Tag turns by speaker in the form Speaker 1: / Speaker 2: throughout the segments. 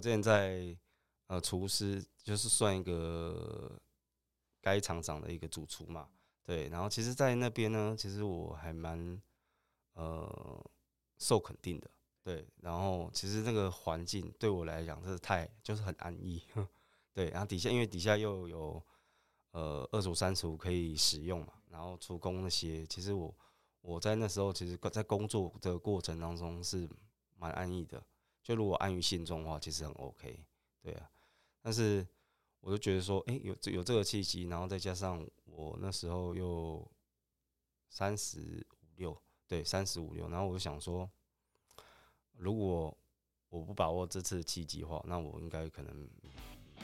Speaker 1: 我之前在呃厨师，就是算一个该厂长的一个主厨嘛，对。然后其实，在那边呢，其实我还蛮呃受肯定的，对。然后其实那个环境对我来讲，真是太就是很安逸， 对。然后底下因为底下又有呃二厨三厨可以使用嘛，然后厨工那些，其实我我在那时候其实在工作的过程当中是蛮安逸的。就如果安于现状的话，其实很 OK，对啊。但是我就觉得说，哎、有这有这个契机，然后再加上我那时候又三十五六，对，三十五六，然后我就想说，如果我不把握这次的契机的话，那我应该可能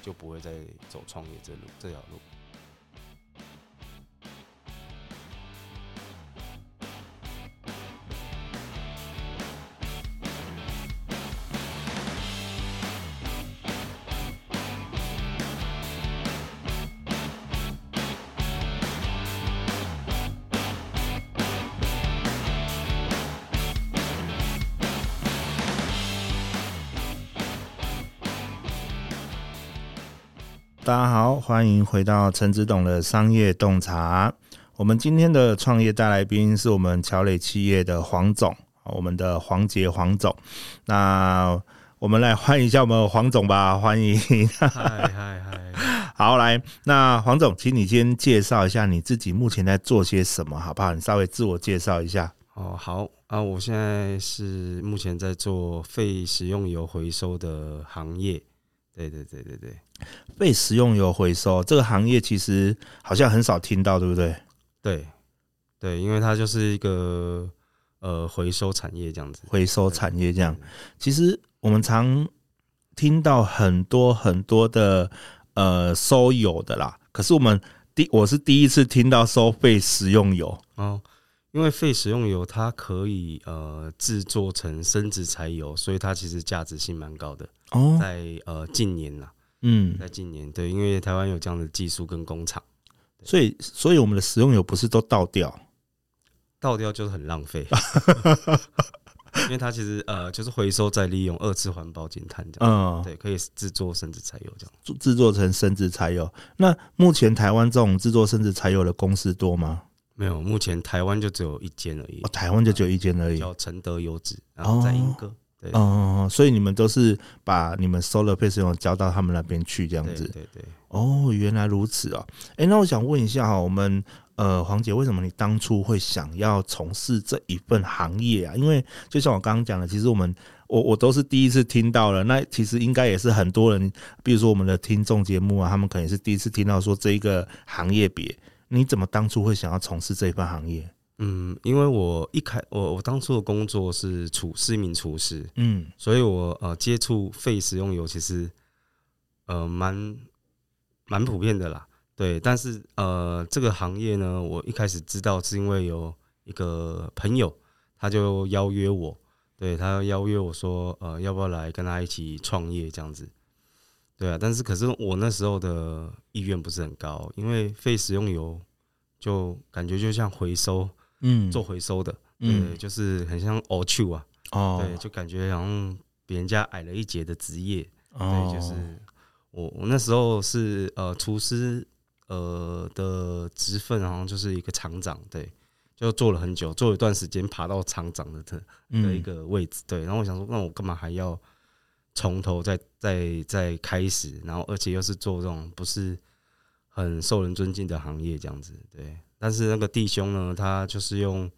Speaker 1: 就不会再走创业这路这条路。
Speaker 2: 大家好，欢迎回到陈子董的商业洞察。我们今天的创业大来宾是我们乔磊企业的黄总，我们的黄杰黄总。那我们来欢迎一下我们黄总吧，欢迎。
Speaker 3: 嗨嗨嗨！
Speaker 2: 好，来，那黄总，请你先介绍一下你自己目前在做些什么，好不好？你稍微自我介绍一下。
Speaker 1: 哦，好啊，我现在是目前在做废食用油回收的行业，对对对对对
Speaker 2: 被食用油回收这个行业其实好像很少听到，对不对？
Speaker 1: 对对，因为它就是一个呃回收产业这样子，
Speaker 2: 回收产业这样。其实我们常听到很多很多的呃收油的啦，可是我们第我是第一次听到收费食用油
Speaker 1: 哦，因为废食用油它可以呃制作成生殖柴油，所以它其实价值性蛮高的，
Speaker 2: 哦，
Speaker 1: 在呃近年呐，
Speaker 2: 嗯，
Speaker 1: 在近年对，因为台湾有这样的技术跟工厂，
Speaker 2: 所以所以我们的食用油不是都倒掉，
Speaker 1: 倒掉就是很浪费， 因为它其实呃就是回收再利用，二次环保减碳这样。
Speaker 2: 嗯，
Speaker 1: 对，可以制作生殖柴油这样。
Speaker 2: 制作成生殖柴油。那目前台湾这种制作生殖柴油的公司多吗？
Speaker 1: 没有，目前台湾就只有一间而已
Speaker 2: 哦，，台湾就只有一间而已。
Speaker 1: 叫承德油脂，然后在英歌。对
Speaker 2: 哦，所以你们都是把你们收了配食用油交到他们那边去，这样
Speaker 1: 对
Speaker 2: 子。
Speaker 1: 对对，
Speaker 2: 哦，原来如此哦。诶，那我想问一下哈、我们呃，黄姐，为什么你当初会想要从事这一份行业啊？因为就像我刚刚讲的，其实我们我我都是第一次听到了。那其实应该也是很多人，比如说我们的听众节目啊，他们可能也是第一次听到说这一个行业别。你怎么当初会想要从事这一份行业？
Speaker 1: 嗯，因为我一开我我当初的工作是厨是一名厨师，
Speaker 2: 嗯，
Speaker 1: 所以我呃接触废食用油其实呃蛮蛮普遍的啦。对，但是呃这个行业呢，我一开始知道是因为有一个朋友，他就邀约我，对他邀约我说呃要不要来跟他一起创业这样子。对啊，但是可是我那时候的意愿不是很高，因为废食用油就感觉就像回收
Speaker 2: 嗯
Speaker 1: 做回收的，
Speaker 2: 嗯
Speaker 1: 对，就是很像 all to 啊，
Speaker 2: 哦
Speaker 1: 对，就感觉好像比人家矮了一截的职业。
Speaker 2: 哦
Speaker 1: 对，就是我我那时候是呃厨师呃的职分，好像就是一个厂长，对，就做了很久，做了一段时间，爬到厂长的的的一
Speaker 2: 嗯
Speaker 1: 个位置，对。然后我想说，那我干嘛还要从头再再再开始？然后而且又是做这种不是很受人尊敬的行业，这样子，对。但是那个弟兄呢，他就是用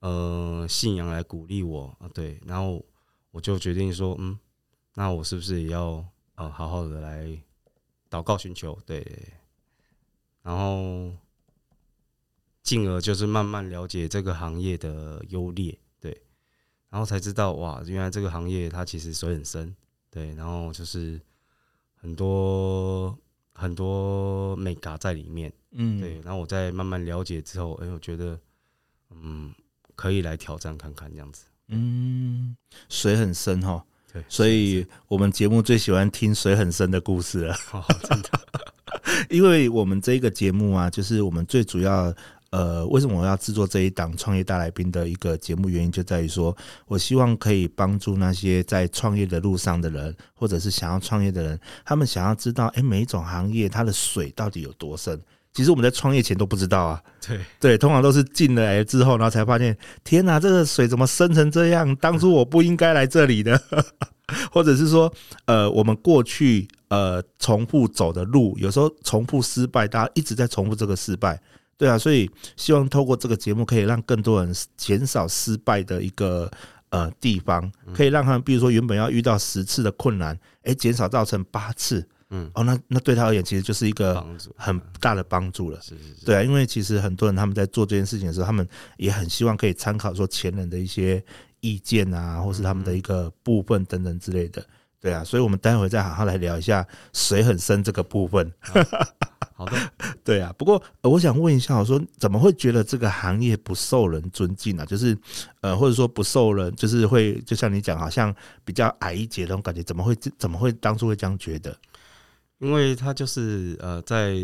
Speaker 1: 呃信仰来鼓励我啊，对。然后我就决定说，嗯，那我是不是也要呃好好的来祷告寻求？对。然后，进而就是慢慢了解这个行业的优劣，对。然后才知道哇，原来这个行业它其实水很深，对，然后就是很多很多美嘎在里面，
Speaker 2: 嗯
Speaker 1: 对，然后我再慢慢了解之后，哎、我觉得嗯，可以来挑战看看这样子，
Speaker 2: 嗯，水很深哈、哦。
Speaker 1: 对，
Speaker 2: 所以我们节目最喜欢听水很深的故事了，
Speaker 1: 哦，真的，
Speaker 2: 因为我们这个节目啊，就是我们最主要呃，为什么我要制作这一档创业大来宾的一个节目，原因就在于说我希望可以帮助那些在创业的路上的人，或者是想要创业的人，他们想要知道，哎、每一种行业它的水到底有多深。其实我们在创业前都不知道啊，
Speaker 3: 对，
Speaker 2: 对，通常都是进来之后，然后才发现，天哪、这个水怎么深成这样？当初我不应该来这里的， 或者是说，呃，我们过去呃重复走的路，有时候重复失败，大家一直在重复这个失败，对啊，所以希望透过这个节目，可以让更多人减少失败的一个呃地方，可以让他们，比如说原本要遇到十次的困难，诶，减少到成八次，
Speaker 1: 嗯，
Speaker 2: 哦，那那对他而言，其实就是一个
Speaker 1: 帮助
Speaker 2: 很大的帮助了。
Speaker 1: 是是是，
Speaker 2: 对啊，因为其实很多人他们在做这件事情的时候，他们也很希望可以参考说前人的一些意见啊，或是他
Speaker 1: 嗯
Speaker 2: 们的一个部分等等之类的。对啊，所以我们待会再好好来聊一下水很深这个部分。
Speaker 3: 好的，
Speaker 2: 对啊，不过、呃我想问一下，我说怎么会觉得这个行业不受人尊敬啊？就是呃，或者说不受人，就是会就像你讲，好像比较矮一截的那种感觉，怎么会怎么会当初会这样觉得？
Speaker 1: 因为他就是呃，在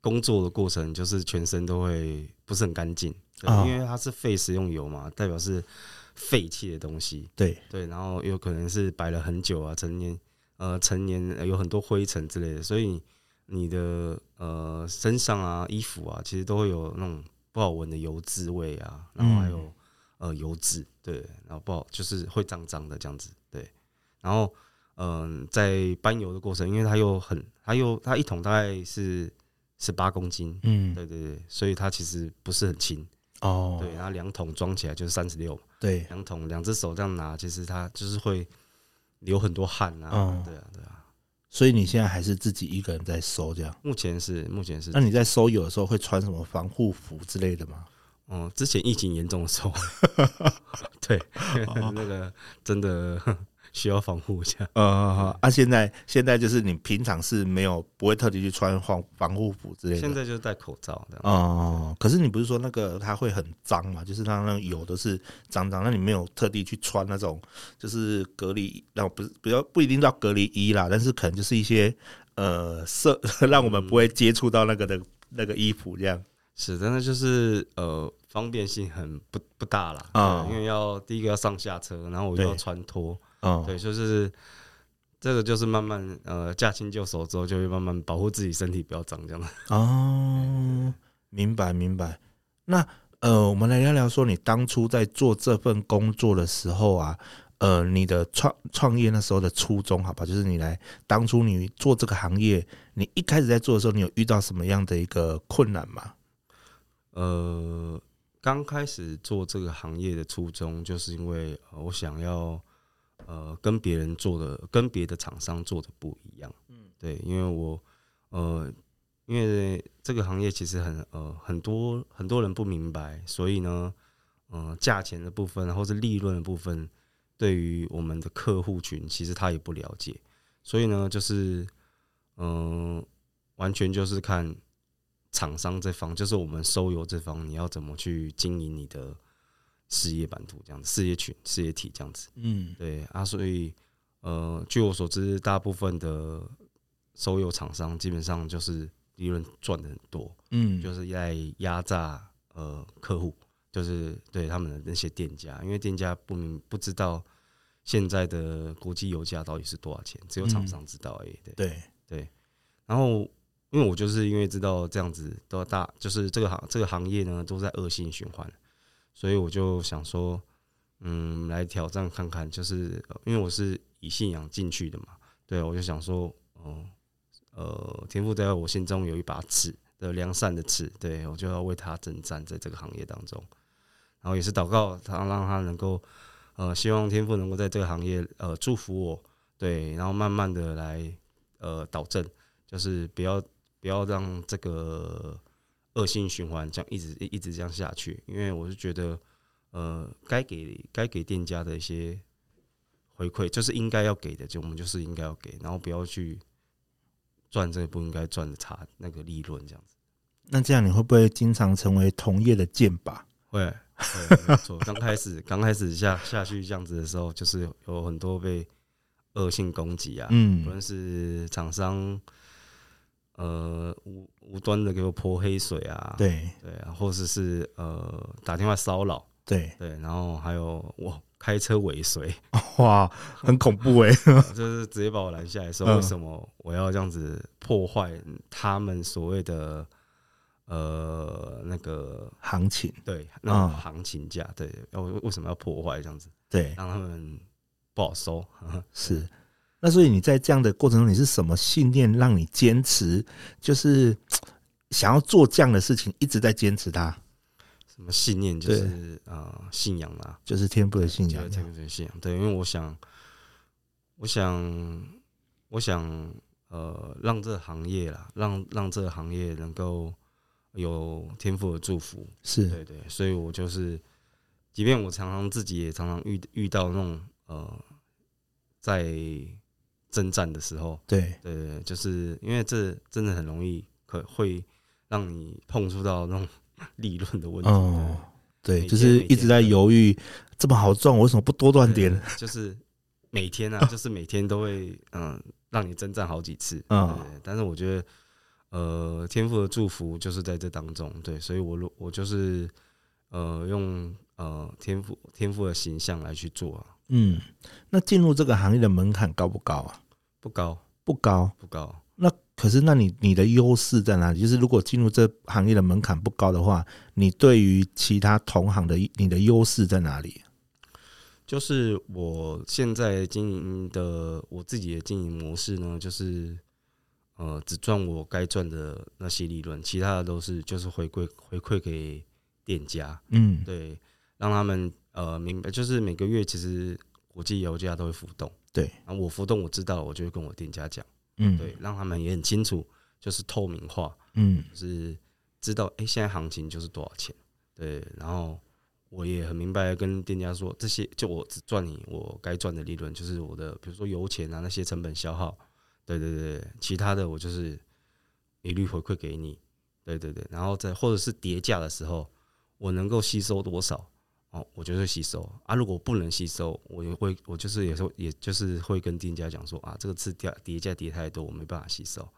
Speaker 1: 工作的过程，就是全身都会不是很干净，对
Speaker 2: 啊
Speaker 1: 因为它是废食用油嘛，代表是废弃的东西，
Speaker 2: 对，
Speaker 1: 对，然后有可能是摆了很久啊，成年呃成年呃有很多灰尘之类的，所以你的呃身上啊衣服啊，其实都会有那种不好闻的油脂味啊，然后还有、呃油脂，对，然后不好就是会脏脏的这样子，对，然后嗯、在搬油的过程，因为它又很它又它一桶大概是十八公斤，
Speaker 2: 嗯，
Speaker 1: 对对对，所以它其实不是很轻，
Speaker 2: 哦，
Speaker 1: 对，然后两桶装起来就是三十六。
Speaker 2: 对，
Speaker 1: 两桶两只手这样拿，其实它就是会流很多汗啊。
Speaker 2: 嗯
Speaker 1: 对啊，对啊。
Speaker 2: 所以你现在还是自己一个人在收这样。
Speaker 1: 目前是目前是
Speaker 2: 那，你在收油的时候会穿什么防护服之类的吗？
Speaker 1: 嗯，之前疫情严重的时候， 对，
Speaker 2: 哦
Speaker 1: 那个真的 需要防护一下。
Speaker 2: 呃，啊，现在现在就是你平常是没有不会特地去穿防防护服之类的。
Speaker 1: 现在就是戴口罩这样。
Speaker 2: 哦，可是你不是说那个它会很脏嘛？就是它那个油都是脏脏，那你没有特地去穿那种就是隔离，那不是不要不一定到隔离衣啦，但是可能就是一些呃色， 让我们不会接触到那个的那个衣服这样。
Speaker 1: 是，但是就是呃，方便性很不不大啦。
Speaker 2: 嗯
Speaker 1: 啊，因为要第一个要上下车，然后我又
Speaker 2: 对
Speaker 1: 要穿脱，
Speaker 2: 哦，
Speaker 1: 对，就是。这个就是慢慢呃驾轻就熟之后，就会慢慢保护自己身体不要脏这样。
Speaker 2: 哦，明白明白。那呃，我们来聊聊说，你当初在做这份工作的时候啊，呃，你的创创业那时候的初衷，好吧，就是你来当初你做这个行业，你一开始在做的时候，你有遇到什么样的一个困难吗？
Speaker 1: 呃，刚开始做这个行业的初衷，就是因为、呃、我想要呃跟别人做的、跟别的厂商做的不一样。嗯，对，因为我呃，因为这个行业其实很呃很多很多人不明白，所以呢，呃，价钱的部分或是利润的部分，对于我们的客户群，其实他也不了解，所以呢，就是嗯、呃完全就是看厂商这方，就是我们收油这方，你要怎么去经营你的事业版图，这样子，事业群、事业体这样子。
Speaker 2: 嗯，
Speaker 1: 对啊，所以呃，据我所知，大部分的收油厂商基本上就是利润赚的很多，
Speaker 2: 嗯，
Speaker 1: 就是在压榨呃客户，就是对他们的那些店家，因为店家不明不知道现在的国际油价到底是多少钱，只有厂
Speaker 2: 嗯
Speaker 1: 商知道而已。对，
Speaker 2: 对，
Speaker 1: 然后因为我就是因为知道这样子都要大，就是这个行这个行业呢都在恶性循环，所以我就想说，嗯，来挑战看看，就是呃因为我是以信仰进去的嘛，对，我就想说，哦、呃，天赋在我心中有一把尺的良善的尺，对我就要为他征战在这个行业当中，然后也是祷告他，让他能够，呃，希望天赋能够在这个行业呃祝福我，对，然后慢慢的来呃导正。就是不要不要让这个恶性循环这样一直一直这样下去，因为我是觉得，呃，该给该给店家的一些回馈，就是应该要给的，就我们就是应该要给，然后不要去赚这个不应该赚的差那个利润这样子。
Speaker 2: 那这样你会不会经常成为同业的箭靶？
Speaker 1: 会，会没错。刚开始刚开始下下去这样子的时候，就是有很多被恶性攻击啊，不
Speaker 2: 嗯
Speaker 1: 论是厂商、呃无无端的给我泼黑水啊，
Speaker 2: 对
Speaker 1: 对啊，或者是呃打电话骚扰，
Speaker 2: 对，
Speaker 1: 对，然后还有我开车尾随，
Speaker 2: 哇，很恐怖哎、
Speaker 1: 就是直接把我拦下来说，
Speaker 2: 嗯
Speaker 1: 为什么我要这样子破坏他们所谓的呃那个
Speaker 2: 行情
Speaker 1: 对那种
Speaker 2: 嗯
Speaker 1: 行情价？对，要为为什么要破坏这样子，
Speaker 2: 对
Speaker 1: 让他们不好收？ 呵呵
Speaker 2: 是。那所以你在这样的过程中，你是什么信念让你坚持，就是想要做这样的事情，一直在坚持它，
Speaker 1: 什么信念就是呃信仰啦、
Speaker 2: 就是天赋的信
Speaker 1: 就
Speaker 2: 仰
Speaker 1: 是。这个信仰。对，因为我想，我想，我想，呃，让这个行业啦，让让这个行业能够有天赋的祝福。
Speaker 2: 是
Speaker 1: 对对，所以我就是，即便我常常自己也常常遇遇到那种呃，在征战的时候，
Speaker 2: 对
Speaker 1: 对对，对就是因为这真的很容易可会让你碰触到那种 理论的问题。
Speaker 2: 哦，对，
Speaker 1: 每
Speaker 2: 就
Speaker 1: 天
Speaker 2: 是
Speaker 1: 每
Speaker 2: 一直
Speaker 1: 天
Speaker 2: 在
Speaker 1: 的
Speaker 2: 犹豫，这么好赚，我为什么不多赚
Speaker 1: 对对
Speaker 2: 点？
Speaker 1: 对就是每天啊，就是每天都会嗯、让你征战好几次。
Speaker 2: 嗯
Speaker 1: 对对对但是我觉得呃，天赋的祝福就是在这当中，对，所以我如我就是呃用呃天赋天赋的形象来去做啊，
Speaker 2: 嗯，那进入这个行业的门槛高不高啊？
Speaker 1: 不高
Speaker 2: 不高。
Speaker 1: 不高，
Speaker 2: 那可是，那你你的优势在哪里？就是如果进入这行业的门槛不高的话，你对于其他同行的你的优势在哪里？
Speaker 1: 就是我现在经营的我自己的经营模式呢，就是。呃，只赚我该赚的那些利润，其他的都是就是回馈回馈给店家。
Speaker 2: 嗯，
Speaker 1: 对，让他们呃明白，就是每个月其实国际油价都会浮动，
Speaker 2: 对，
Speaker 1: 然后我浮动我知道了，我就会跟我店家讲，
Speaker 2: 嗯，
Speaker 1: 对，，让他们也很清楚，就是透明化，
Speaker 2: 嗯，
Speaker 1: 就是知道哎、诶现在行情就是多少钱，对，然后我也很明白地跟店家说，这些就我只赚你我该赚的利润，就是我的比如说油钱啊那些成本消耗，对对对，对其他的我就是一律回馈给你，对对对，然后再或者是叠价的时候，我能够吸收多少。哦，我就会吸收啊。如果不能吸收，我也会，我就是有时候，也就是会跟店家讲说啊，这个次掉叠价叠太多，我没办法吸收。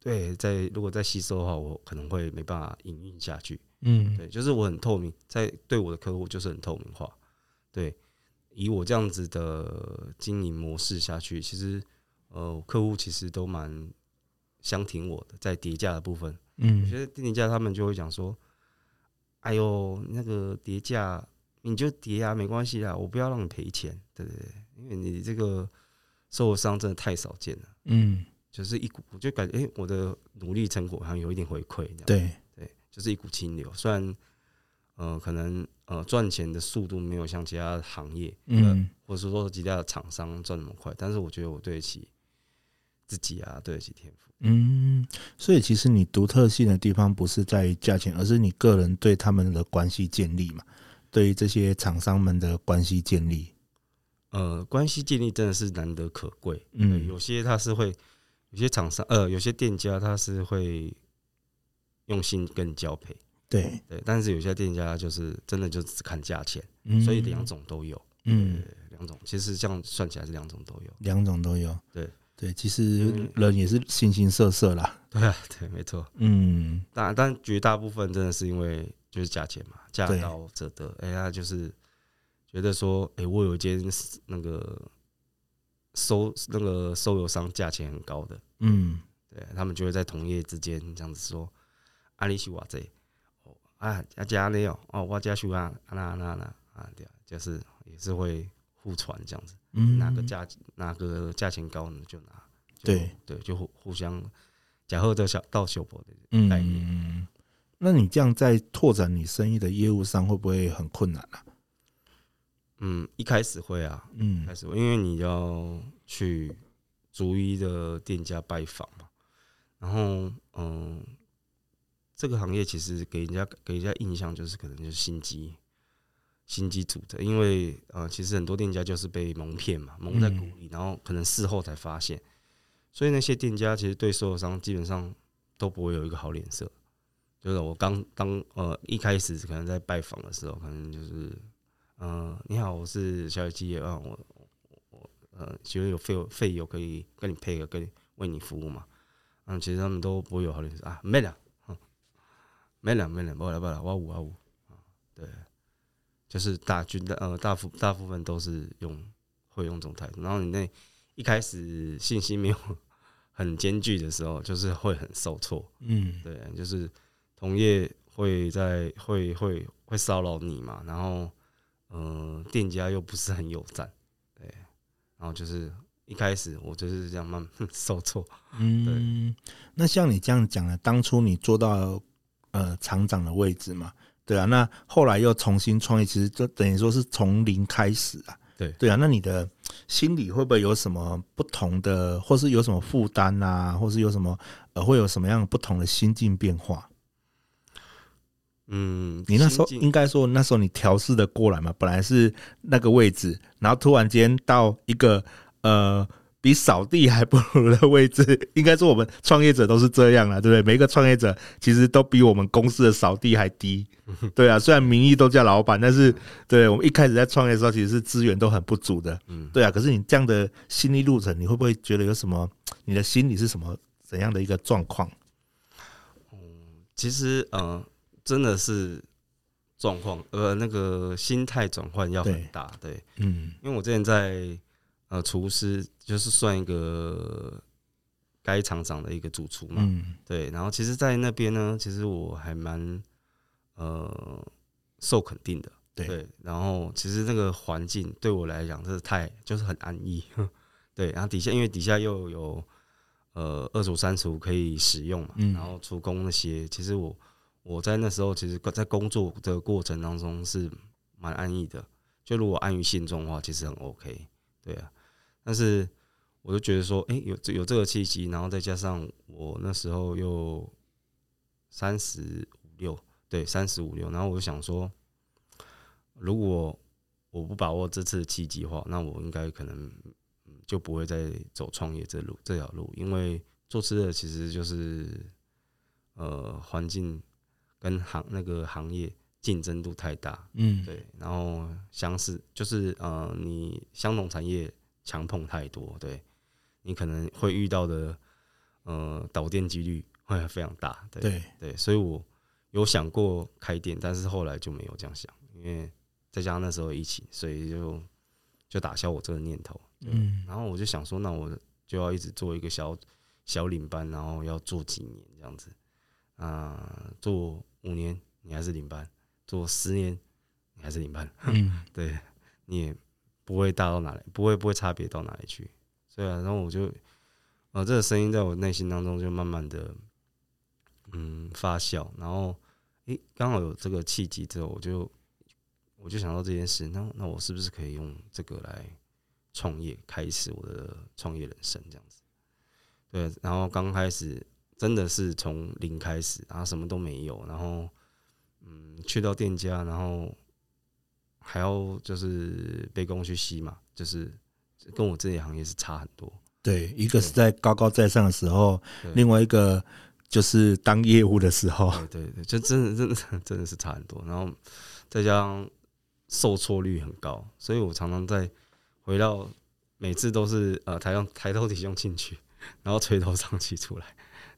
Speaker 1: 对，在如果再吸收的话，我可能会没办法营运下去。
Speaker 2: 嗯，
Speaker 1: 对，就是我很透明，在对我的客户就是很透明化。对，以我这样子的经营模式下去，其实呃，客户其实都蛮相挺我的，在叠价的部分，我
Speaker 2: 嗯，
Speaker 1: 觉得店家他们就会讲说：“哎呦，那个叠价你就叠啊，没关系啦，我不要让你赔钱，对不对？因为你这个受伤真的太少见了。”
Speaker 2: 嗯，
Speaker 1: 就是一股，我就感觉哎、诶我的努力成果好像有一点回馈，这样
Speaker 2: 对，
Speaker 1: 对，就是一股清流。虽然呃，可能呃赚钱的速度没有像其他行业，呃，
Speaker 2: 嗯，
Speaker 1: 或者是说其他的厂商赚那么快，但是我觉得我对得起自己啊，对得起天赋。
Speaker 2: 嗯，所以其实你独特性的地方不是在于价钱，而是你个人对他们的关系建立嘛，对于这些厂商们的关系建立。
Speaker 1: 呃，关系建立真的是难得可贵。对，
Speaker 2: 嗯
Speaker 1: 有些他是会，有些厂商呃，有些店家他是会用心跟你交配，
Speaker 2: 对，
Speaker 1: 对，但是有些店家就是真的就只看价钱，
Speaker 2: 嗯
Speaker 1: 所以两，种都有。
Speaker 2: 嗯
Speaker 1: 对，两种，其实这样算起来是两种都有。
Speaker 2: 两种都有。
Speaker 1: 对
Speaker 2: 对，其实
Speaker 1: 嗯
Speaker 2: 人也是形形色色啦。
Speaker 1: 对啊，对，没错。
Speaker 2: 嗯，
Speaker 1: 但但绝大部分真的是因为就是价钱嘛，价
Speaker 2: 对
Speaker 1: 高者得。哎呀，他就是觉得说，哎、我有一间那个收那个收油商价钱很高的，
Speaker 2: 嗯，
Speaker 1: 对他们就会在同业之间这样子说，啊阿里西瓦这，哦啊啊加内哦，哦我加去啊啊那啊那啊那啊对啊，就是也是会互传这样子。
Speaker 2: 嗯，
Speaker 1: 哪个？价哪个价钱高呢就拿，就
Speaker 2: 对
Speaker 1: 对，就互互相假贺的小到修博的，概念
Speaker 2: 嗯，那你这样在拓展你生意的业务上，会不会很困难啊？
Speaker 1: 嗯，一开始会啊，一
Speaker 2: 嗯
Speaker 1: 开，始会，因为你要去逐一的店家拜访嘛，然后嗯，这个行业其实给人家给人家印象就是可能就是心机。心机组的，因为呃，其实很多店家就是被蒙骗嘛，蒙在鼓里，然后可能事后才发现，所以那些店家其实对所有商基本上都不会有一个好脸色。就是我刚当呃一开始可能在拜访的时候，可能就是嗯、呃你好，我是小野基业，啊，我我我呃觉得有费费油可以跟你配合，跟你为你服务嘛。嗯，其实他们都不会有好脸色啊，没了，嗯没了，没了，没了，没了，哇五哇五啊，对，就是大军的呃大部大部分都是用会用这种态度，然后你那一开始信心没有很艰巨的时候，就是会很受挫，
Speaker 2: 嗯，
Speaker 1: 对，就是同业会在会会会骚扰你嘛，然后呃，店家又不是很友善，对，然后就是一开始我就是这样慢慢 受挫，
Speaker 2: 嗯，那像你这样讲的，当初你做到呃厂长的位置嘛，对啊，那后来又重新创业，其实就等于说是从零开始啊。
Speaker 1: 对
Speaker 2: 对啊，那你的心里会不会有什么不同的，或是有什么负担啊，或是有什么呃，会有什么样不同的心境变化？
Speaker 1: 嗯，
Speaker 2: 你那时候
Speaker 1: 心境
Speaker 2: 应该说那时候你调试的过来嘛，本来是那个位置，然后突然间到一个呃比扫地还不如的位置， 应该说我们创业者都是这样啦，对不对？每一个创业者其实都比我们公司的扫地还低，对啊，虽然名义都叫老板，但是对我们一开始在创业的时候，其实是资源都很不足的，
Speaker 1: 嗯
Speaker 2: 对啊。可是你这样的心理路程，你会不会觉得有什么？你的心理是什么怎样的一个状况？
Speaker 1: 其实呃，真的是状况呃那个心态转换要很
Speaker 2: 对
Speaker 1: 大，对，
Speaker 2: 嗯
Speaker 1: 因为我之前在呃厨师就是算一个该厂长的一个主厨嘛，
Speaker 2: 嗯
Speaker 1: 对，然后其实，在那边呢，其实我还蛮呃受肯定的，
Speaker 2: 对
Speaker 1: 然后其实那个环境对我来讲，真的太就是很安逸， 对。然后底下因为底下又有呃二厨三厨可以使用嘛，
Speaker 2: 嗯
Speaker 1: 然后厨工那些，其实我我在那时候其实在工作的过程当中是蛮安逸的，就如果安于现状的话，其实很 OK，对啊。但是我就觉得说，哎、有这有这个契机，然后再加上我那时候又三十五六，对，三十五六，然后我就想说，如果我不把握这次的契机的话，那我应该可能嗯就不会再走创业这路这条路，因为做吃的其实就是呃环境跟行那个行业竞争度太大，
Speaker 2: 嗯，
Speaker 1: 对，然后相似就是呃，你相同产业强碰太多，对你可能会遇到的呃导电几率会非常大，对
Speaker 2: 对。
Speaker 1: 对，所以我有想过开店，但是后来就没有这样想，因为再加上那时候疫情，所以就就打消我这个念头。对
Speaker 2: 嗯
Speaker 1: 然后我就想说，那我就要一直做一个小小领班，然后要做几年这样子。啊、做五年你还是领班，做十年你还是领班，
Speaker 2: 嗯
Speaker 1: 对你也不会大到哪里，不会不会差别到哪里去。所以啊，然后我就，呃，这个声音在我内心当中就慢慢的，嗯，发酵。然后，诶、刚好有这个契机之后，我就我就想到这件事，那那我是不是可以用这个来创业，开始我的创业人生这样子？对，然后刚开始真的是从零开始，然后什么都没有，然后嗯，去到店家，然后还要就是卑躬屈膝嘛，就是跟我自己的行业是差很多。
Speaker 2: 对，一个
Speaker 1: 对
Speaker 2: 是在高高在上的时候，
Speaker 1: 对
Speaker 2: 另外一个就是当业务的时候。
Speaker 1: 对对对，就真的真的 真的是差很多。然后再加上受挫率很高，所以我常常在回到每次都是呃抬头抬头挺胸进去，然后垂头丧气出来。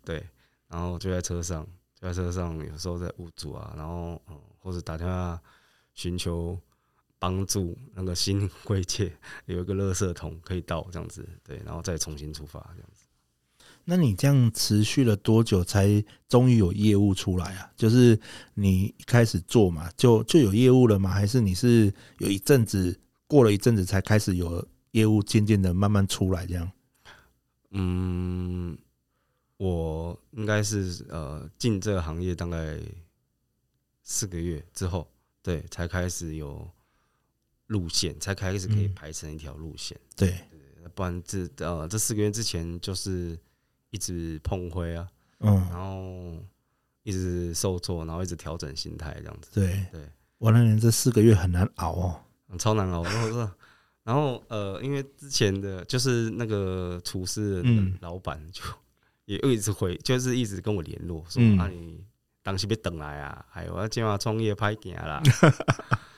Speaker 1: 对，然后就在车上，就在车上，有时候在捂住啊，然后嗯、或者打电话寻求帮助，那个心灵 慰藉，有一个垃圾桶可以倒这样子，对，然后再重新出发这样子。
Speaker 2: 那你这样持续了多久才终于有业务出来啊？就是你一开始做嘛，就就有业务了吗？还是你是有一阵子过了一阵子才开始有业务，渐渐的慢慢出来这样？
Speaker 1: 嗯，我应该是呃进这个行业大概四个月之后，对，才开始有路线，才开始可以
Speaker 2: 嗯
Speaker 1: 排成一条路线。
Speaker 2: 对，
Speaker 1: 不然这呃这四个月之前就是一直碰灰啊，然
Speaker 2: 嗯，
Speaker 1: 后一直受挫，然后一直调整心态这样子，
Speaker 2: 对
Speaker 1: 对，
Speaker 2: 完了，这四个月很难熬哦。
Speaker 1: 嗯超难熬。然后说，然后呃，因为之前的就是那个厨师的
Speaker 2: 嗯
Speaker 1: 老板就也一直回，就是一直跟我联络说、
Speaker 2: 嗯
Speaker 1: 啊你当时别等来啊，哎我要今晚创业拍行 啦。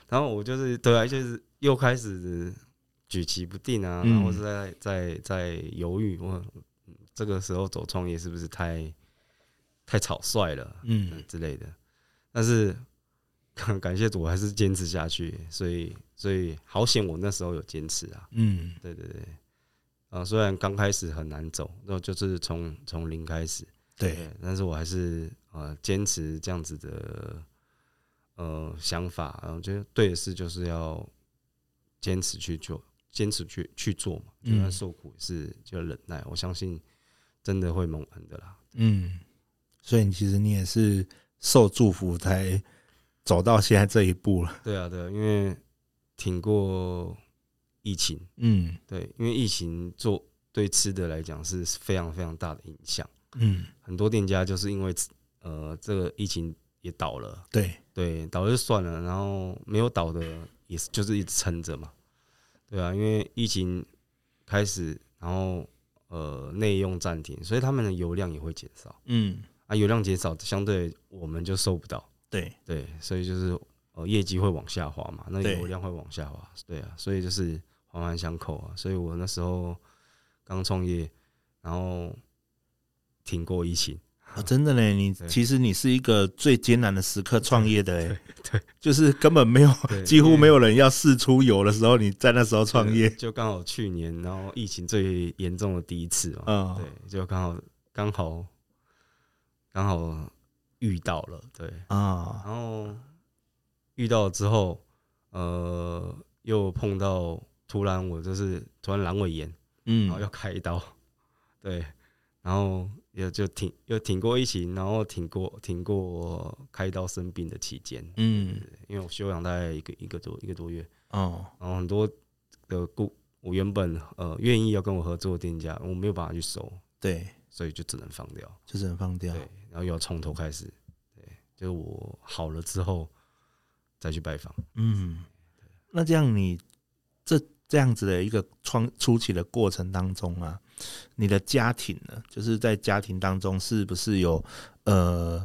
Speaker 1: 然后我就是对啊，就是又开始举棋不定啊，
Speaker 2: 嗯
Speaker 1: 然后是在在在犹豫，我嗯这个时候走创业是不是太太草率了？
Speaker 2: 嗯，
Speaker 1: 呃之类的。但是感感谢主，我还是坚持下去，所以所以好险，我那时候有坚持啊。
Speaker 2: 嗯，
Speaker 1: 对对对，啊，虽然刚开始很难走，那就是从从零开始，
Speaker 2: 对，，
Speaker 1: 但是我还是呃坚持这样子的呃想法，然后觉得对的事就是要坚持去做，坚持去去做嘛，就
Speaker 2: 嗯
Speaker 1: 算受苦也是就忍耐，我相信真的会蒙恩的啦。
Speaker 2: 嗯，所以你其实你也是受祝福才走到现在这一步了。
Speaker 1: 对啊，对啊，因为挺过疫情，
Speaker 2: 嗯
Speaker 1: 对，因为疫情做对吃的来讲是非常非常大的影响，
Speaker 2: 嗯，
Speaker 1: 很多店家就是因为呃这个疫情也倒了，
Speaker 2: 对，
Speaker 1: 对，倒了就算了，然后没有倒的也是就是一直撑着嘛，对啊，因为疫情开始，然后呃内用暂停，所以他们的油量也会减少
Speaker 2: 嗯
Speaker 1: 啊，油量减少，相对我们就收不到。
Speaker 2: 对，
Speaker 1: 对，所以就是呃业绩会往下滑嘛，那
Speaker 2: 对
Speaker 1: 油量会往下滑，对啊，所以就是环环相扣啊。所以我那时候刚创业，然后挺过疫情，
Speaker 2: 啊，真的嘞，你
Speaker 1: 对
Speaker 2: 其实你是一个最艰难的时刻创业的，哎，
Speaker 1: 对，
Speaker 2: 就是根本没有，
Speaker 1: 对
Speaker 2: 几乎没有人要试出游的时候，你在那时候创业
Speaker 1: 对，就刚好去年，然后疫情最严重的第一次嘛，
Speaker 2: 嗯，
Speaker 1: 对，就刚好刚好刚好遇到了，对，
Speaker 2: 啊，
Speaker 1: 然后遇到之后，呃，又碰到突然我就是突然阑尾炎。
Speaker 2: 嗯
Speaker 1: 哦然后要开刀，对，然后也就挺又挺过疫情，然后挺过挺过开刀生病的期间，
Speaker 2: 嗯
Speaker 1: 因为我休养大概一个一个多一个多月，
Speaker 2: 哦，
Speaker 1: 然后很多的顾我原本呃愿意要跟我合作的店家，我没有办法去收，
Speaker 2: 对，
Speaker 1: 所以就只能放掉，
Speaker 2: 就是很放掉
Speaker 1: 对，，然后又要从头开始，对，就是我好了之后再去拜访，
Speaker 2: 嗯，那这样你这这样子的一个创初期的过程当中啊，你的家庭呢，就是在家庭当中是不是有呃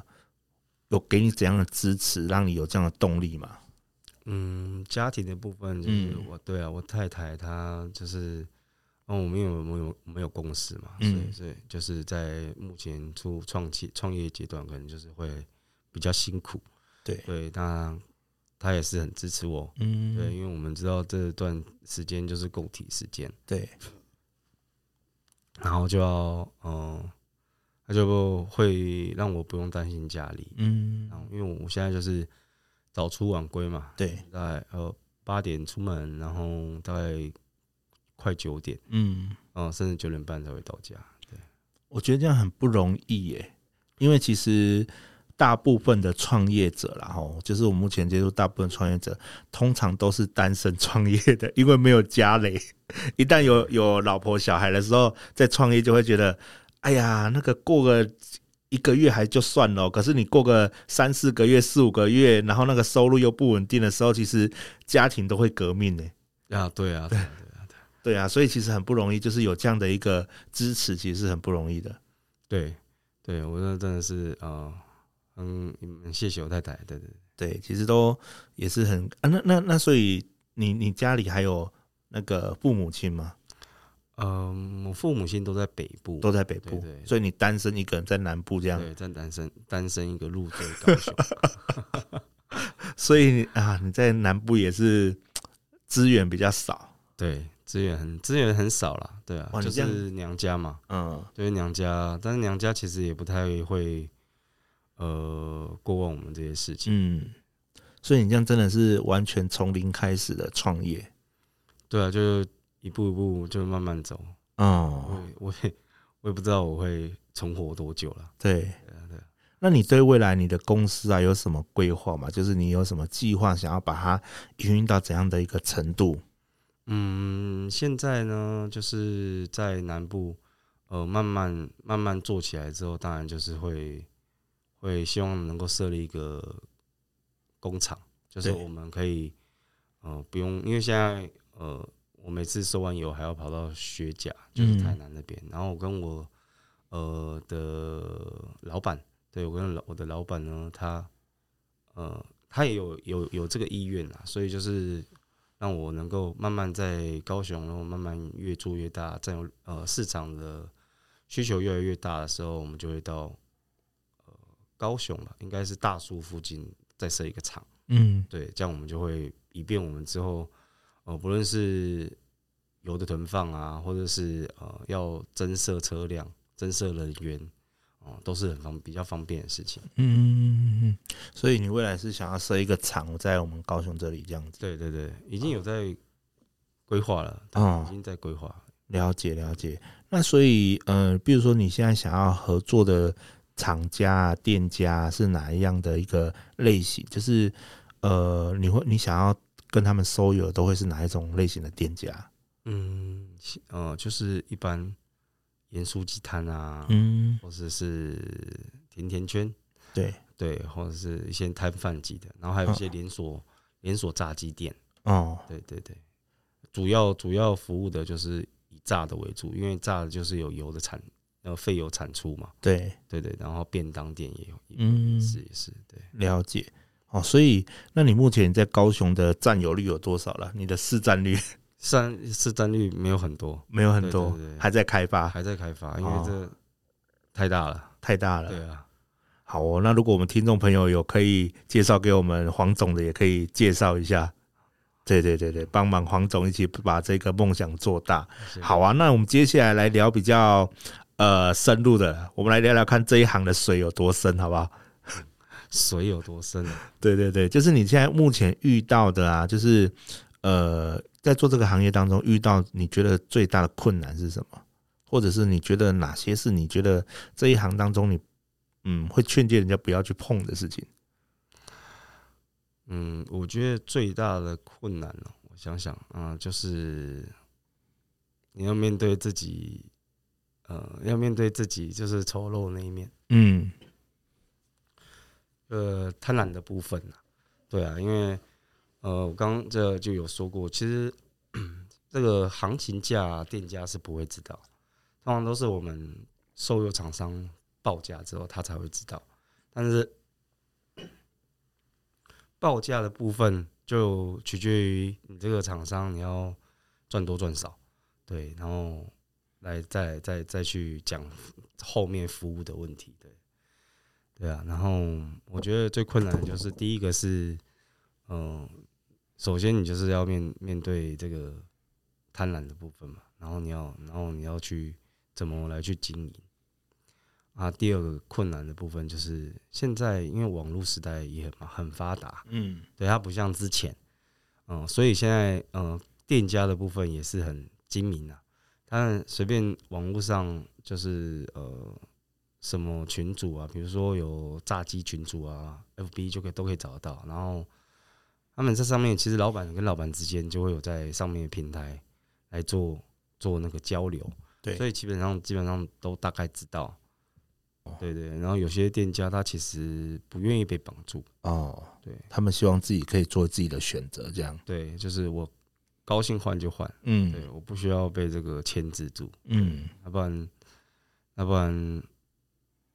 Speaker 2: 有给你怎样的支持，让你有这样的动力嘛？
Speaker 1: 嗯，家庭的部分就是
Speaker 2: 嗯
Speaker 1: 我、对啊，我太太她就是，嗯，我们有我们有我们有共识嘛，所
Speaker 2: 嗯
Speaker 1: 以所以就是在目前出创期创业阶段，可能就是会比较辛苦，
Speaker 2: 对，
Speaker 1: 对，那她也是很支持我，
Speaker 2: 嗯，
Speaker 1: 对，因为我们知道这段时间就是供体时间，
Speaker 2: 对，
Speaker 1: 然后就要嗯，她就会让我不用担心家里，
Speaker 2: 嗯
Speaker 1: 然，后因为我现在就是早出晚归嘛，
Speaker 2: 对，
Speaker 1: 大概呃八点出门，然后大概快九点，
Speaker 2: 嗯，
Speaker 1: 嗯，甚至九点半才会到家。
Speaker 2: 我觉得这样很不容易耶，因为其实大部分的创业者啦，吼，就是我目前接触大部分创业者，通常都是单身创业的，因为没有家累。一旦有有老婆小孩的时候，在创业就会觉得，哎呀，那个过个。一个月还就算了哦、可是你过个三四个月、四五个月，然后那个收入又不稳定的时候，其实家庭都会革命呢、
Speaker 1: 啊，对啊，对啊对啊
Speaker 2: 对啊，所以其实很不容易，就是有这样的一个支持，其实是很不容易的。
Speaker 1: 对对，我那真的是呃，嗯，很谢谢我太太，对对，对
Speaker 2: 对，其实都也是很啊，那那那，所以你你家里还有那个父母亲吗？
Speaker 1: 嗯、我父母亲都在北部，
Speaker 2: 都在北部，
Speaker 1: 对对对
Speaker 2: 所以你单身一个人在南部这样，
Speaker 1: 对，在单身单身一个入赘高 雄，
Speaker 2: 所以你啊，你在南部也是嘖资源比较少，
Speaker 1: 对，资源很资源很少啦，对啊
Speaker 2: 哇，你
Speaker 1: 就
Speaker 2: 这样
Speaker 1: 是娘家嘛，
Speaker 2: 嗯，
Speaker 1: 就是娘家，但是娘家其实也不太会呃过问我们这些事情，
Speaker 2: 嗯，所以你这样真的是完全从零开始的创业，
Speaker 1: 对啊，就一步一步就慢慢走，
Speaker 2: 哦，
Speaker 1: 我我也我也不知道我会存活多久了。
Speaker 2: 对。
Speaker 1: 对啊，对啊，
Speaker 2: 那你对未来你的公司啊有什么规划吗？就是你有什么计划想要把它营运到怎样的一个程度？
Speaker 1: 嗯，现在呢，就是在南部，呃，慢慢慢慢做起来之后，当然就是会会希望能够设立一个工厂，就是
Speaker 2: 对
Speaker 1: 我们可以，呃，不用，因为现在呃，我每次收完油还要跑到学甲，就是
Speaker 2: 嗯
Speaker 1: 台南那边，然后我跟我呃的老板，对我跟老我的老板呢，他呃，他也有有有这个意愿啦，所以就是让我能够慢慢在高雄，然后慢慢越做越大，占有呃市场的需求越来越大的时候，我们就会到呃高雄吧，应该是大树附近再设一个厂。
Speaker 2: 嗯
Speaker 1: 对，这样我们就会以便我们之后，呃，不论是油的囤放啊，或者是呃要增设车辆、增设人员，哦、都是很方比较方便的事情。
Speaker 2: 嗯嗯嗯嗯，所以你未来是想要设一个厂在我们高雄这里这样子？
Speaker 1: 对对对，已经有在规划了，
Speaker 2: 哦
Speaker 1: 已经在规划。
Speaker 2: 了解了解。那所以，呃，比如说你现在想要合作的厂家、啊、店家啊是哪一样的一个类型？就是呃，你会你想要跟他们收友都会是哪一种类型的店家？
Speaker 1: 嗯，呃，就是一般盐酥鸡摊啊，
Speaker 2: 嗯，
Speaker 1: 或者是甜甜圈，
Speaker 2: 对，
Speaker 1: 对，或者是一些摊贩级的，然后还有一些连锁、连锁炸鸡店。
Speaker 2: 哦，
Speaker 1: 对对对，主要主要服务的就是以炸的为主，因为炸的就是有油的产呃废油产出嘛，
Speaker 2: 对，
Speaker 1: 对对，然后便当店也有，也
Speaker 2: 嗯，
Speaker 1: 是也是对，
Speaker 2: 了解。哦，所以那你目前在高雄的占有率有多少了？你的市占率
Speaker 1: 虽然市占率没有很多，
Speaker 2: 没有很多，
Speaker 1: 对对对
Speaker 2: 还在开发，
Speaker 1: 还在开发，因
Speaker 2: 哦
Speaker 1: 为这太大了，
Speaker 2: 太大了。
Speaker 1: 对啊，
Speaker 2: 好哦，那如果我们听众朋友有可以介绍给我们黄总的，也可以介绍一下。对对对对，帮忙黄总一起把这个梦想做大。
Speaker 1: 是
Speaker 2: 好啊，那我们接下来来聊比较呃深入的了，我们来聊聊看这一行的水有多深，好不好？
Speaker 1: 啊水有多深啊？
Speaker 2: 对对对，就是你现在目前遇到的啊，就是呃，在做这个行业当中遇到你觉得最大的困难是什么？或者是你觉得哪些是你觉得这一行当中你嗯会劝诫人家不要去碰的事情？
Speaker 1: 嗯，我觉得最大的困难哦，我想想，啊，就是你要面对自己，呃，要面对自己就是丑陋那一面。
Speaker 2: 嗯，
Speaker 1: 呃贪婪的部分啊对啊，因为呃，我刚刚这就有说过，其实这个行情价啊店家是不会知道，通常都是我们售油厂商报价之后，他才会知道。但是报价的部分就取决于你这个厂商你要赚多赚少，对，然后来再再再去讲后面服务的问题，对。对啊，然后我觉得最困难的就是第一个是，嗯、首先你就是要面面对这个贪婪的部分嘛，然后你要，然后你要去怎么来去经营啊。第二个困难的部分就是现在因为网络时代也很很发达，
Speaker 2: 嗯
Speaker 1: 对它不像之前，嗯、所以现在嗯、呃店家的部分也是很精明啊，当然随便网络上就是呃什么群主啊，比如说有炸鸡群主啊，FB 就可以都可以找得到，然后他们在上面其实老板跟老板之间就会有在上面的平台来做做那个交流，
Speaker 2: 对
Speaker 1: 所以基本上基本上都大概知道
Speaker 2: 哦。
Speaker 1: 对对，然后有些店家他其实不愿意被绑住，
Speaker 2: 哦，
Speaker 1: 对，
Speaker 2: 他们希望自己可以做自己的选择，这样。
Speaker 1: 对，就是我高兴换就换，
Speaker 2: 嗯
Speaker 1: 对，我不需要被这个牵制住，
Speaker 2: 嗯
Speaker 1: 要不然，要不然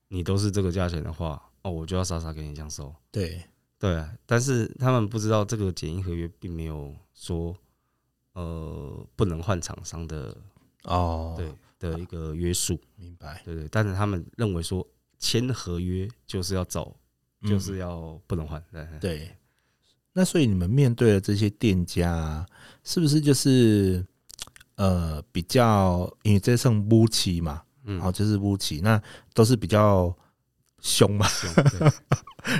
Speaker 1: 你都是这个价钱的话，哦，我就要傻傻给你这样收。
Speaker 2: 对，
Speaker 1: 对啊，但是他们不知道这个简易合约并没有说，呃，不能换厂商的
Speaker 2: 哦，
Speaker 1: 对，的一个约束，
Speaker 2: 明白，
Speaker 1: 对对，但是他们认为说签合约就是要走，就是
Speaker 2: 要、
Speaker 1: 要不能换，对
Speaker 2: 嗯对。那所以你们面对的这些店家啊，是不是就是呃比较，因为这算乌奇嘛，
Speaker 1: 嗯，
Speaker 2: 好、就是乌奇，那都是比较凶嘛。
Speaker 1: 凶， 对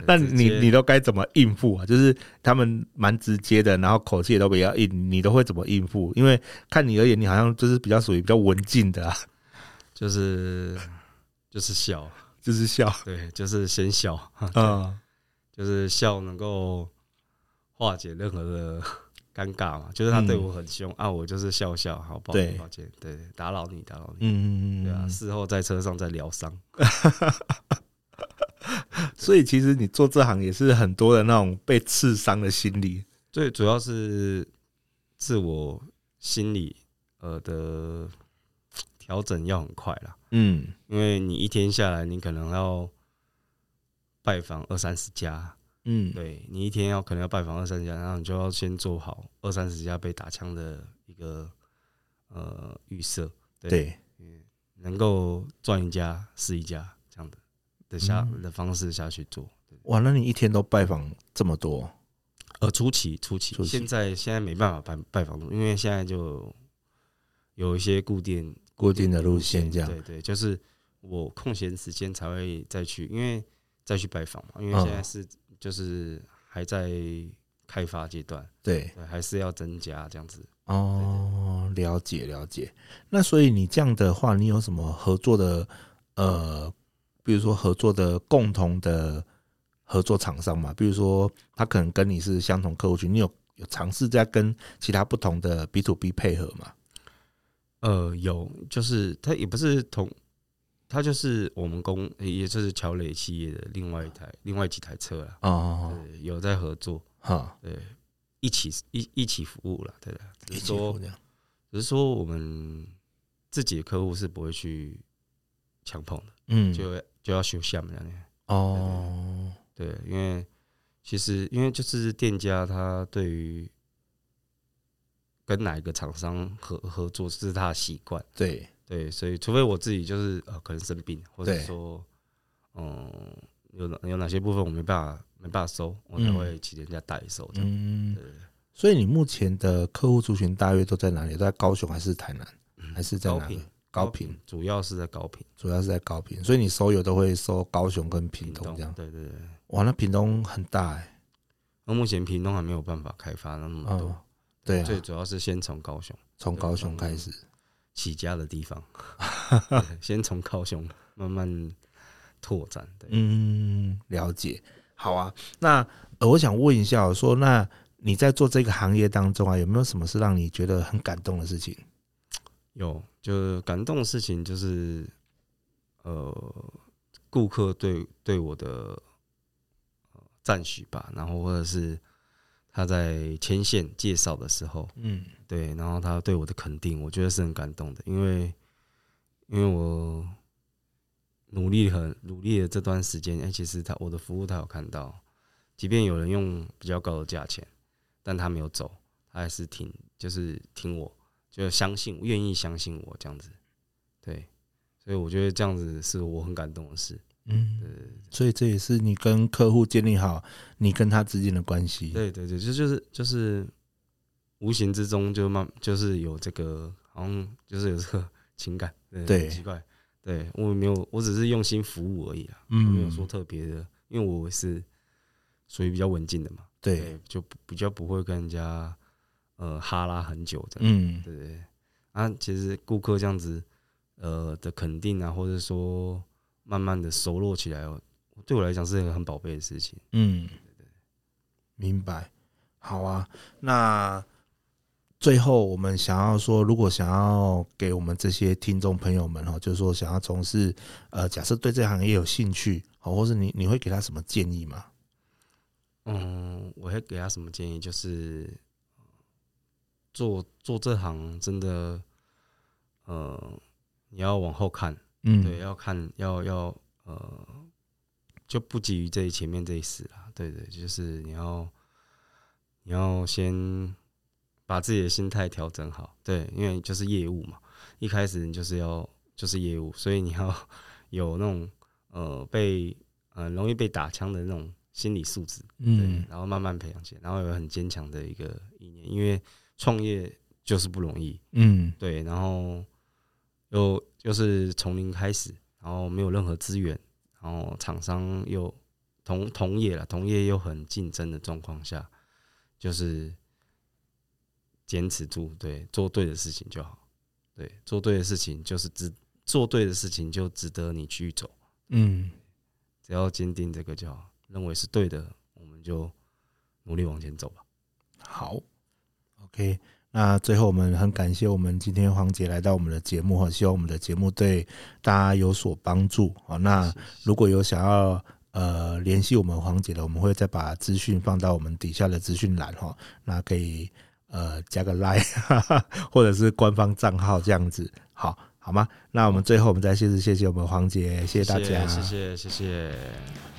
Speaker 2: 那
Speaker 1: 直
Speaker 2: 你
Speaker 1: 接
Speaker 2: 你都该怎么应付啊？就是他们蛮直接的，然后口气也都比较硬，你都会怎么应付？因为看你而言，你好像就是比较属于比较文静的、啊，
Speaker 1: 就是就是笑，
Speaker 2: 就是笑
Speaker 1: 对，就是先笑，
Speaker 2: 啊，
Speaker 1: 就是笑能够化解任何的尴尬嘛。就是他对我很凶、啊，我就是笑笑，好，抱
Speaker 2: 嗯对
Speaker 1: 歉，抱歉，对，打扰你，打扰你，
Speaker 2: 嗯嗯嗯，
Speaker 1: 对啊，
Speaker 2: 嗯
Speaker 1: 事后在车上再疗伤，
Speaker 2: 所以其实你做这行也是很多的那种被刺伤的心理。
Speaker 1: 最主要是自我心理呃的调整要很快啦，
Speaker 2: 嗯，
Speaker 1: 因为你一天下来，你可能要拜访二三十家，
Speaker 2: 嗯，
Speaker 1: 对你一天要可能要拜访二三十家，然后你就要先做好二三十家被打枪的一个呃预设，对
Speaker 2: 对，
Speaker 1: 能够赚一家是一家这样的的下、
Speaker 2: 嗯
Speaker 1: 的方式下去做。
Speaker 2: 哇，那你一天都拜访这么多，
Speaker 1: 呃，初期初期
Speaker 2: 初，期
Speaker 1: 现在现在没办法拜拜访路，因为现在就有一些固定
Speaker 2: 固定的路线这样
Speaker 1: 对对，就是我空闲时间才会再去，因为再去拜访嘛，因为
Speaker 2: 嗯
Speaker 1: 现在是、就是还在开发阶段，
Speaker 2: 对，
Speaker 1: 对，还是要增加这样子。
Speaker 2: 哦，了解了解。那所以你这样的话，你有什么合作的呃，比如说合作的共同的合作厂商嘛？比如说他可能跟你是相同客户群，你有有尝试在跟其他不同的 B to B 配合嘛？
Speaker 1: 呃，有，就是它也不是同，它就是我们公，也就是乔磊企业的另外一台另外几台车啦，
Speaker 2: 哦，
Speaker 1: 对，有在合作，
Speaker 2: 哈，
Speaker 1: 对，一起一一起服务了，对的，只
Speaker 2: 一
Speaker 1: 是
Speaker 2: 起
Speaker 1: 说
Speaker 2: 做这样
Speaker 1: 只是说我们自己的客户是不会去强碰的，
Speaker 2: 嗯，
Speaker 1: 就会就要修下面两
Speaker 2: 哦，
Speaker 1: 对，因为其实因为就是店家他对于跟哪一个厂商合合作这是他的习惯。
Speaker 2: 对，
Speaker 1: 对，所以除非我自己就是呃，可能生病，或者
Speaker 2: 对
Speaker 1: 说，嗯，有哪有哪些部分我没办法没办法收，我才
Speaker 2: 嗯
Speaker 1: 会请人家代收这样。
Speaker 2: 嗯
Speaker 1: 对，
Speaker 2: 所以你目前的客户族群大约都在哪里？都在高雄还是台南，还是在
Speaker 1: 嗯高
Speaker 2: 哪里
Speaker 1: 频？
Speaker 2: 高频，
Speaker 1: 主要是在高频
Speaker 2: 主要是在高频，所以你收油都会收高雄跟屏
Speaker 1: 屏
Speaker 2: 东
Speaker 1: 东
Speaker 2: 这样。
Speaker 1: 对对对。
Speaker 2: 哇，那屏东很大哎、
Speaker 1: 那目前屏东还没有办法开发那么多，
Speaker 2: 哦，对啊，
Speaker 1: 嗯最主要是先从高雄
Speaker 2: 从高雄开始，
Speaker 1: 起家的地 方，对先从高雄慢慢拓展。对，
Speaker 2: 嗯，了解。好啊，那、呃、我想问一下哦、我说那你在做这个行业当中啊，有没有什么是让你觉得很感动的事情？
Speaker 1: 有，就是感动的事情就是，呃，顾客对对我的呃赞许吧，然后或者是他在牵线介绍的时候，
Speaker 2: 嗯，
Speaker 1: 对，然后他对我的肯定，我觉得是很感动的，因为因为我努力很努力的这段时间，哎、其实他我的服务他有看到，即便有人用比较高的价钱，但他没有走，他还是挺就是挺我，就相信愿意相信我这样子，对，所以我觉得这样子是我很感动的事，
Speaker 2: 嗯，所以这也是你跟客户建立好你跟他之间的关系。
Speaker 1: 对对对，就就是就是无形之中就慢就是有这个，好像就是有这个 情感，对，
Speaker 2: 对
Speaker 1: 很奇怪，对我没有，我只是用心服务而已啊，我
Speaker 2: 嗯，
Speaker 1: 没有说特别的，因为我是属于比较文静的嘛，
Speaker 2: 对
Speaker 1: 对，，就不比较不会跟人家呃哈拉很久的，
Speaker 2: 嗯，
Speaker 1: 对对对啊，其实顾客这样子呃的肯定啊，或者说慢慢的熟络起来，哦对我来讲是一个很宝贝的事情。
Speaker 2: 嗯，明白。好啊，那最后我们想要说，如果想要给我们这些听众朋友们哈，就是说想要从事呃，假设对这行业有兴趣，好，或是你你会给他什么建议吗？
Speaker 1: 嗯，我会给他什么建议？就是做做这行真的，呃，你要往后看，
Speaker 2: 嗯，
Speaker 1: 对，要看，要要呃，就不急于这前面这一时啦。对对，就是你要你要先把自己的心态调整好，对，因为就是业务嘛，一开始你就是要就是业务，所以你要 有那种呃被呃容易被打枪的那种心理素质。对
Speaker 2: 嗯，，
Speaker 1: 然后慢慢培养起来，然后有很坚强的一个意念，因为创业就是不容易，
Speaker 2: 嗯，
Speaker 1: 对，然后又就是从零开始，然后没有任何资源，然后厂商又同同业了，同业又很竞争的状况下，就是坚持住，对，做对的事情就好，对，做对的事情就是值，做对的事情就值得你去走。
Speaker 2: 嗯，
Speaker 1: 只要坚定这个就好，认为是对的，我们就努力往前走吧。
Speaker 2: 好，OK。那最后，我们很感谢我们今天黄姐来到我们的节目哈，希望我们的节目对大家有所帮助好，那
Speaker 1: 谢谢
Speaker 2: 如果有想要呃联系我们黄姐的，我们会再把资讯放到我们底下的资讯栏哈，那可以呃加个 line 哈哈或者是官方账号这样子，好好吗？那我们最后我们再谢谢谢谢我们黄姐，谢
Speaker 1: 谢
Speaker 2: 大家，
Speaker 1: 谢谢谢谢谢。